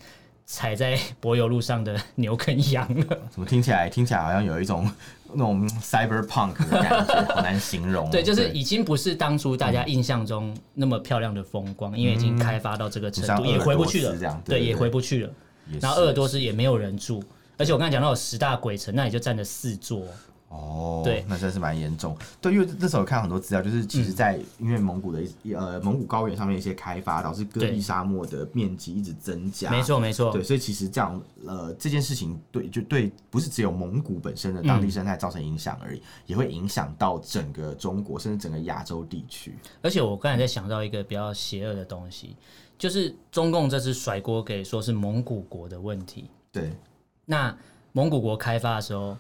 踩在柏油路上的 [LAUGHS] 牛跟羊了。
怎么听起来听起来好像有一种那种 cyberpunk 的感觉，好难形容哦。
[LAUGHS] 对，就是已经不是当初大
嗯
家印象中那么漂亮的风光，因为已经开发到这个程
像
度，
鄂尔
也回不
多
去
斯
了
这样，
对，
对对
也
对
回不去了。
也是
然后鄂尔多斯也没有人住，而且我刚才讲到有十大鬼城，那也就占了四座。
哦，
对
那真是蛮严重。对，因为那时候有看很多资料，就是其实在，因为蒙古的一呃蒙古高原上面一些开发，导致戈
对
壁沙漠的面积一直增加。
没错没错
对，，所以其实这样，呃，这件事情对，就对，不是只有蒙古本身的当
嗯
地生态造成影响而已，也会影响到整个中国，甚至整个亚洲地区。
而且我刚才在想到一个比较邪恶的东西，就是中共这次甩锅给说是蒙古国的问题。
对，
那蒙古国开发的时候，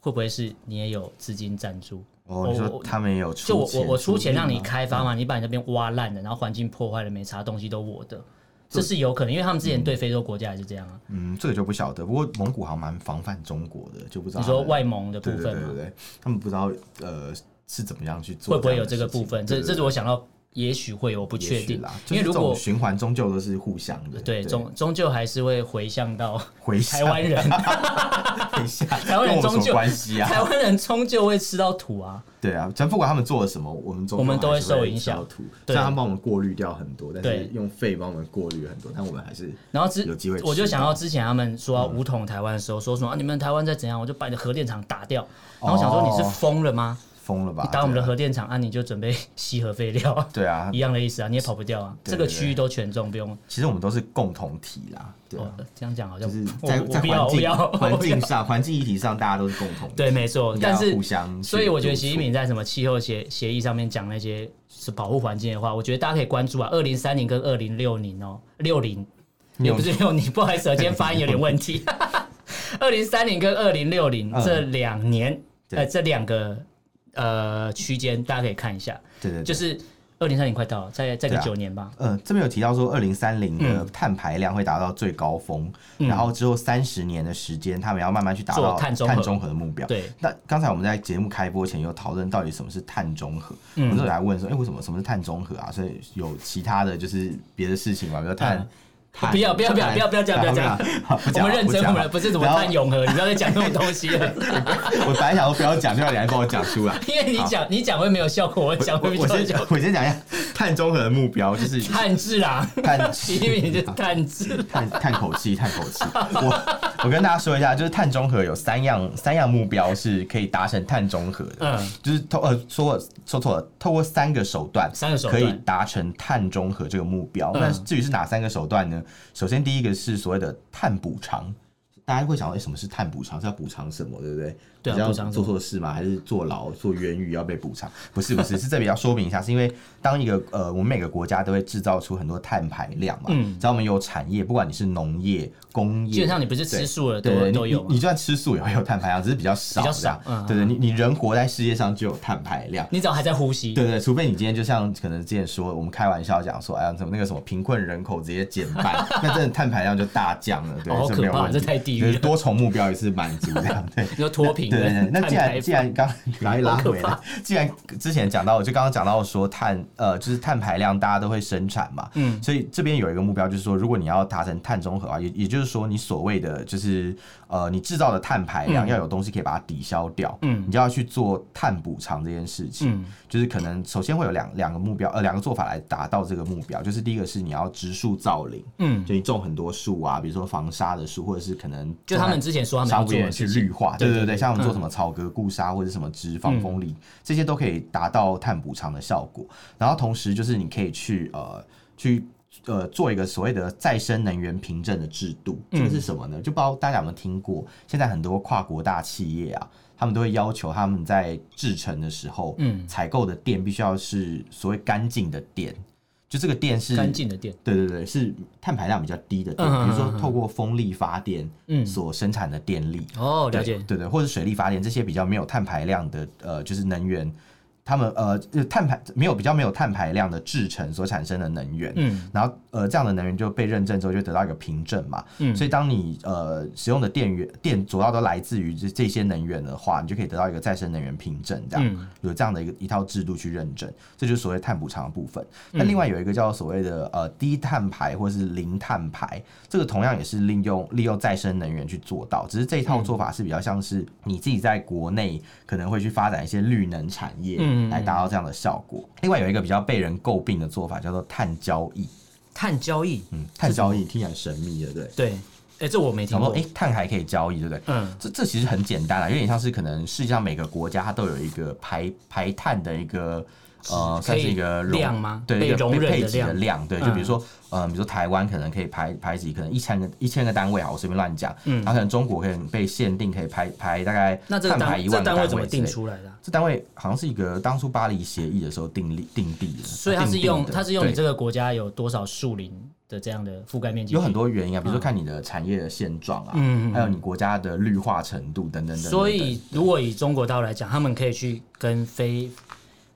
会不会是你也有资金赞助？
哦，你
我
说他们也有出
就我我
钱
我出钱
力
让你
吗
开发嘛，你把你那边挖烂了，然后环境破坏了，没啥东西都我的，这是有可能，因为他们之前对非洲国家也是这样啊。
嗯，这个就不晓得。不过蒙古好像蛮防范中国的，就不知道
你说
他们
外蒙的部
对对
分
对对
嘛，
对，他们不知道呃是怎么样去做
会
样的事情，
不会有这个部分？这
对
这是我想到，也许会有，我不
也
确
许
定
啦，就
因为
是
如
这种
果
循环终究都是互相的，
对终终究还是会回向到
回
台湾人，
[LAUGHS] 一下，
台湾人终
跟我们什么
究
关系啊？
台湾人终究会吃到土啊。
对啊，咱不管他们做了什么，我们终
我们都会
会
受影响
图
对
虽然他们帮我们过滤掉很多，但
对
是用肺帮我们过滤很多，但我们还是
然后之
有机会
我就
吃
想
到嗯
到之前他们说要武统台湾的时候，说什么、啊、你们台湾再怎样，我就把你的核电厂打掉。然后
哦
我想说你是疯了吗？
疯了吧？
打我们的
对啊
核电厂啊，你就准备 [LAUGHS] 吸核废料啊，
对啊
一，样的意思啊，你也跑不掉啊。
对
这个
对对
区域都权重，不用。
其实我们都是共同体啦，对
哦
啊，，
这样讲好像
就是
我
在
我
在
不要我
环
不
境 [LAUGHS]
要我不
环
要
境。上环境议题上，大家都是共同体
[LAUGHS] 对，没错
应，该
但
要
是
互相去
所以我觉得
督
习近
促
平在什么气候协协议上面讲那些是保护环境的话，我觉得大家可以关注啊，二零三零跟二零六零哦，六零也不是六零，不好意思，我今天发音有点问
[LAUGHS]
题。二零三零跟二零六零
嗯
这两年，
对
呃，这两个呃区间，大家可以看一下，
对对，对
就是二零三零快到了，再再个
对啊
九年吧。
呃，这边有提到说，二零三零
嗯
的碳排量会达到最高峰，然后之后三十年的时间，他们要慢慢去达
做
到
碳
碳
中和
中和的目标。
对，
那刚才我们在节目开播前有讨论到底什么是碳中和，
嗯
我们就来问说，哎、为什么什么是碳中和啊？所以有其他的就是别的事情嘛，比如碳。
嗯
碳
不要不要不要不要不要这样不要这样，
好不
[LAUGHS] 我
讲
们
了
认真，
讲
我
了
们不是什么碳永和，你不要再讲这种东西了，
[LAUGHS] 我本来想说不要讲，就要你来帮我讲出
[LAUGHS]
来。
因为你讲你讲会没有效果，我讲
我
会比
我
较有
先 [LAUGHS]
效果。
我先讲一下碳中和的目
[LAUGHS]
标，就是
炭治郎，
碳
习近
[LAUGHS]
平就是炭治郎。
叹叹口气，叹口气。我我跟大家说一下，就是碳中和有三样三样目标是可以达成碳中和的，
嗯，
就是透呃说说错了，透过三个手段，
三个手
可
段
以达成碳中和这个目标。
嗯
那至于是哪三个手段呢？首先第一个是所谓的碳补偿。大家会想到，哎、什么是碳补偿？是要补偿什么，对不对？
对啊
你是要
补偿什
做
么
错事吗？还是坐牢、做冤狱要被补偿？不是，不是，是这里要说明一下，是因为当一个呃，我们每个国家都会制造出很多碳排量嘛。
嗯
只要我们有产业，不管你是农业、工业，
基本上你不是吃
对
素了，
对
都都
你
有嘛。
你你就算吃素也会有碳排量，只是比较少
比
这
较
样。
少嗯
对对，你你人活在世界上就有碳排量。
你只要还在呼吸，
对对，除非你今天就像可能之前说，我们开玩笑讲说，哎呀，怎么那个什么贫困人口直接减半， [LAUGHS] 那真的碳排量就大降了，对，
哦好
这没有
可怕
问题
这太地狱了
就是多重目标也是满足这样，对。
你说脱贫
对
的
对对，那既
碳排
然
放
既
[LAUGHS]
然刚来拉回
好可
来，既然之前讲到，我就刚刚讲到说碳呃，就是碳排量大家都会生产嘛，
嗯
嗯，所以这边有一个目标，就是说如果你要达成碳中和啊，也也就是说你所谓的就是呃，你制造的碳排量
嗯
要有东西可以把它抵消掉，
嗯
嗯，你就要去做碳补偿这件事情，
嗯
就是可能首先会有两两个目标，呃，两个做法来达到这个目标，就是第一个是你要植树造林，
嗯，
就你种很多树啊，比如说防沙的树，或者是可能
就他们之前说他们
沙
要
务
啊做
园
的
去
事情，
绿化，
对
对
对
对对，
对嗯
像我们做什么草格固沙或者什么脂肪风力，这些都可以达到碳补偿的效果。然后同时就是你可以去呃去。呃，做一个所谓的再生能源凭证的制度，
嗯
这个是什么呢？就不知道大家有没有听过，现在很多跨国大企业啊，他们都会要求他们在制成的时候，
嗯
嗯，采购的电必须要是所谓干净的电，就这个电是
干净的电，
对对对，是碳排量比较低的电，
嗯嗯
比如说
嗯嗯
透过风力发电
嗯
所生产的电力，
哦，了
对
解，
对对，或者水力发电这些比较没有碳排量的呃，就是能源，他们呃就是碳排没有比较没有碳排量的制成所产生的能源，
嗯
然后呃这样的能源就被认证之后就得到一个凭证嘛，
嗯
所以当你呃使用的电源电主要都来自于这这些能源的话，你就可以得到一个再生能源凭证，这样、
嗯
有这样的一个一套制度去认证，这就是所谓碳补偿的部分。
嗯
那另外有一个叫所谓的呃低碳排或是零碳排，这个同样也是利用利用再生能源去做到，只是这一套做法是比较像是你自己在国内可能会去发展一些绿能产业
嗯
来达到这样的效果。另外有一个比较被人诟病的做法叫做碳交易，
碳交易，
嗯，碳交易听起来很神秘，对不对？
对，哎，这我没听
想说，
过。
哎、碳还可以交易，对不对？
嗯，
这这其实很简单啊，有点像是可能世界上每个国家它都有一个排排碳的一个呃，
可
算
以
是一个容
量吗
对，
被
一个
容
被
忍
配
的
给的
量嗯
量，对，就比如说呃，比如说台湾可能可以排排几可能一千个一千个单位啊，我随便乱讲，嗯，然后可能中国可能被限定可以排排大概
那这个
碳排
单
一
这
万个
单位怎么
之类
定
的？
出来的啊？
这单位好像是一个当初巴黎协议的时候定立定地的，
所以它是
定定
用
的
它是用你
对
这个国家有多少树林的这样的覆盖面积？
有很多原因啊，比如说看你的产业的现状啊，
嗯
还有你国家的绿化程度等等等等。
所以，如果以中国大陆来讲，他们可以去跟非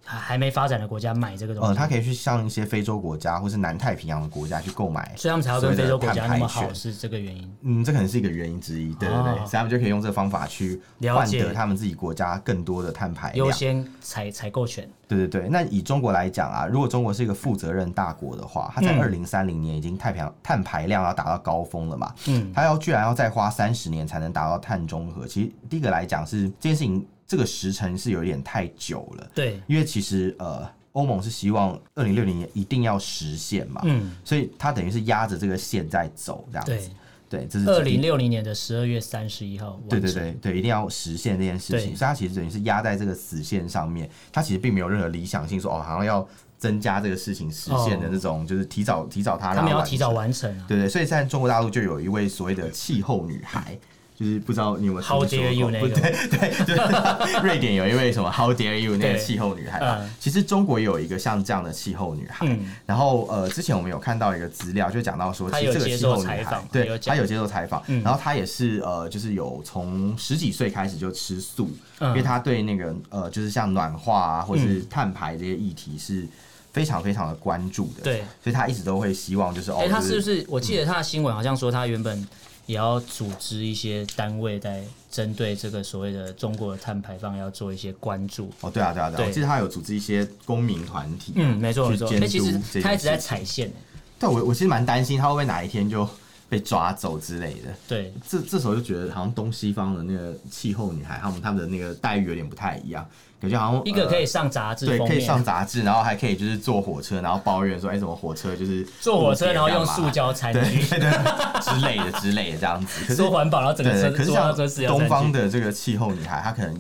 还还没发展的国家买这个东西，
呃，他可以去向一些非洲国家或是南太平洋的国家去购买，
所以他们才要跟非洲国家那么
所谓
好，
的碳排权。
是这个原因。
嗯，这可能是一个原因之一，对对对，
哦
所以他们就可以用这方法去
了
换
解
得他们自己国家更多的碳排
优
量。
先采采购权，
对对对，那以中国来讲啊，如果中国是一个负责任大国的话，它在
嗯
二零三零年已经太平洋碳排量要达到高峰了嘛，
嗯，
它要居然要再花三十年才能达到碳中和，其实第一个来讲是这件事情，这个时程是有点太久了，
对，
因为其实呃，欧盟是希望二零六零年一定要实现嘛，
嗯，
所以它等于是压着这个线在走这样
对
子，，对，这是
二零六零年的十二月三十一号完
对
成，
对对对，一定要实现这件事情，
对
所以它其实等于是压在这个死线上面，它其实并没有任何理想性说哦，好像要增加这个事情实现的
哦
那种，就是提早提早它
他们
让它
要
完
提早
成
完成啊。
对对，所以现在中国大陆就有一位所谓的气候女孩，就是不知道你有没有听
How
说
dare you
过
那个
对， [LAUGHS] 瑞典有一位什么 How dare you 那
对
个气候女孩嘛
嗯，
其实中国也有一个像这样的气候女孩。
嗯
然后呃，之前我们有看到一个资料，就讲到说，
她
其
有
实这个
接
气
受
候女
采
孩
访，有
对，她
讲嗯
有接受采访，然后她也是呃，就是有从十几岁开始就吃素，
嗯
因为她对那个呃，就是像暖化啊，或是碳排这些议题是非常非常的关注的，
对，
所以她一直都会希望就是哦
哎、，他
就是
不是？我记得他的新闻好像说，他原本也要组织一些单位在针对这个所谓的中国的碳排放要做一些关注。
哦，对啊，对啊，对啊，
对
我记得他有组织一些公民团体，啊
嗯，没错
去
没错。
监
哎，其实
督这
他一
件
直在
事
踩线，
但我我其实蛮担心他会不会哪一天就被抓走之类的。
对，
这这时候就觉得好像东西方的那个气候女孩，他们他们的那个待遇有点不太一样，感觉好像
一个
呃
可以上杂志
对
封
可以上
面，
杂志，然后还可以就是坐火车，然后抱怨说哎、怎么火车就是
坐火车然后用
误解干嘛
塑胶餐
对
具
对对之类的之类的这样子。可是
说环保，然后整个
对
车
可是
坐到车是
像
要
东方
的，
的这个气候女孩，她可能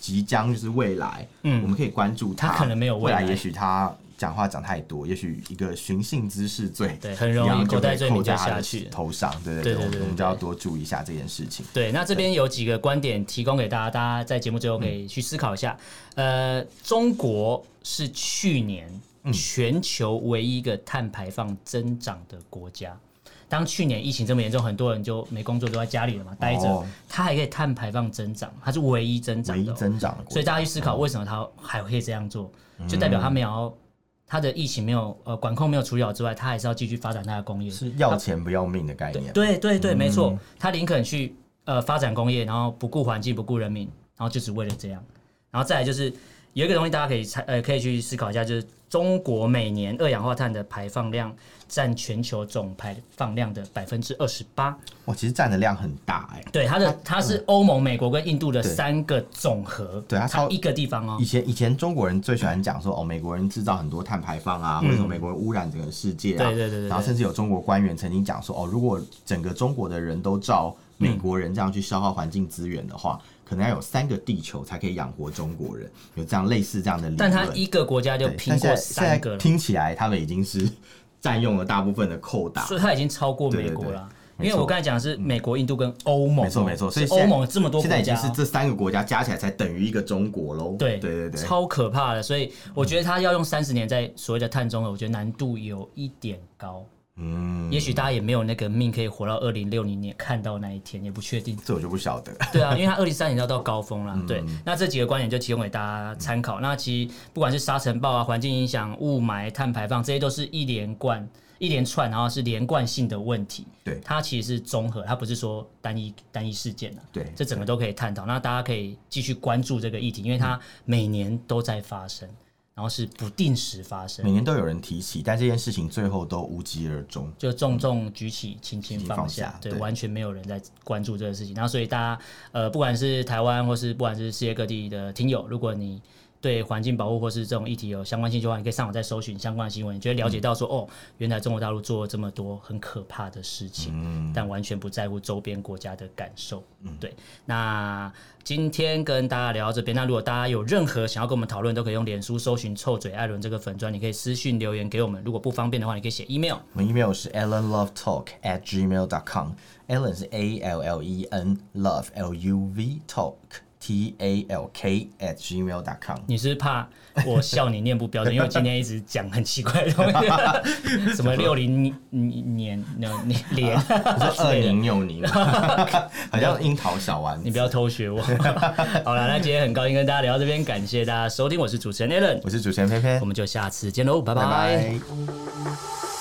即将就是未来，
嗯
我们可以关注她。
她可能没有未
未
来
也许她讲话讲太多，也许一个寻衅滋事罪，
对很容易
然后就
口袋
被
罪
扣
名就
在她
下
的
去了
头上，对
对
对
对
我
对
们我们
对
就要
对
多注意一下这件事情。
对，那这边有几个观点提供给大家，大家在节目最后可
嗯
以去思考一下。呃，中国是去年
嗯
全球唯一一个碳排放增长的国家。当去年疫情这么严重，很多人就没工作，都在家里了嘛，待着
哦，
它还可以碳排放增长，它是唯一增
唯
长
一
的哦、
增长的嗯国
所以
家，
大家去思考，为什么它还可以这样做，就代表它没有它的疫情没有呃管控没有处理好之外，它还是要继续发展它的工业，
是要钱不要命的概念。
对对对，没错，他林肯去呃发展工业，然后不顾环境，不顾人民，然后就只为了这样。然后再来就是有一个东西，大家可以猜呃可以去思考一下，就是中国每年二氧化碳的排放量占全球总排放量的百分之二十八。
哇，其实占的量很大哎、
对，它的它是欧盟、美国跟印度的
对
三个总和，
对它超
一个地方哦
以。前以前中国人最喜欢讲说哦，美国人制造很多碳排放啊，或者说美国人污染整个世界
嗯
啊，
对对对对
然后甚至有中国官员曾经讲说哦，如果整个中国的人都照美国人这样去消耗环境资源的话，可能要有三个地球才可以养活中国人，有这样类似这样的理论。
但它一个国家就
对
拼
但现
过
在
三
现
个
在
了，
听起来他们已经是占用了大部分的扣打
所。以它已经超过美国了。因为我刚才讲的是美国、印度跟欧盟哦，
没错没错，所以
是
现
欧
在
盟这么多国
现
家哦，
在已经是这三个国家加起来才等于一个中国喽。
对
对对对，
超可怕的。所以我觉得他要用三十年在所谓的碳中和，我觉得难度有一点高。
嗯，
也许大家也没有那个命可以活到二零六零年看到那一天，也不确定。
这我就不晓得。
对
[LAUGHS]
啊，因为它二零三年要到高峰
嗯
了。对，那这几个观点就提供给大家参考。那其实不管是沙尘暴啊、环境影响、雾霾、碳排放，这些都是一连贯、一连串，然后是连贯性的问题。
对
它其实是综合，它不是说单一单一事件啊。
对嗯
这整个都可以探讨。那大家可以继续关注这个议题，因为它每年都在发生，然后是不定时发生
每。年都有人提起，但这件事情最后都无疾而终。
就重重举起，轻轻
轻
放
放
下
下，
对，
对
完全没有人在关注这个事情。然后，所以大家呃，不管是台湾或是不管是世界各地的听友，如果你对环境保护或是这种议题有相关兴趣的话，你可以上网再搜寻相关的新闻，你就会了解到说，
嗯
哦，原来中国大陆做了这么多很可怕的事情，
嗯
但完全不在乎周边国家的感受。对，那今天跟大家聊到这边，那如果大家有任何想要跟我们讨论，都可以用脸书搜寻“臭嘴艾伦”这个粉砖，你可以私讯留言给我们。如果不方便的话，你可以写 email。
我们 email 是 allenlovetalk at gmail dot com。Allen 是 A L L E N love L U V talk T A L K at gmail dot
[LAUGHS]
com。
你是不是怕我笑你念不标准，因为今天一直讲很奇怪的东 [LAUGHS] 西，什么啊六零年年 [LAUGHS] 年，
我说二零又
[LAUGHS]
零，好像樱桃小丸
你
子。
不要偷学我。 [LAUGHS] 好了，那今天很高兴跟大家聊到这边，感谢大家收听，我是主持人 Alan，
我是主持人偏偏
我，们就下次见喽，拜
拜
拜
拜。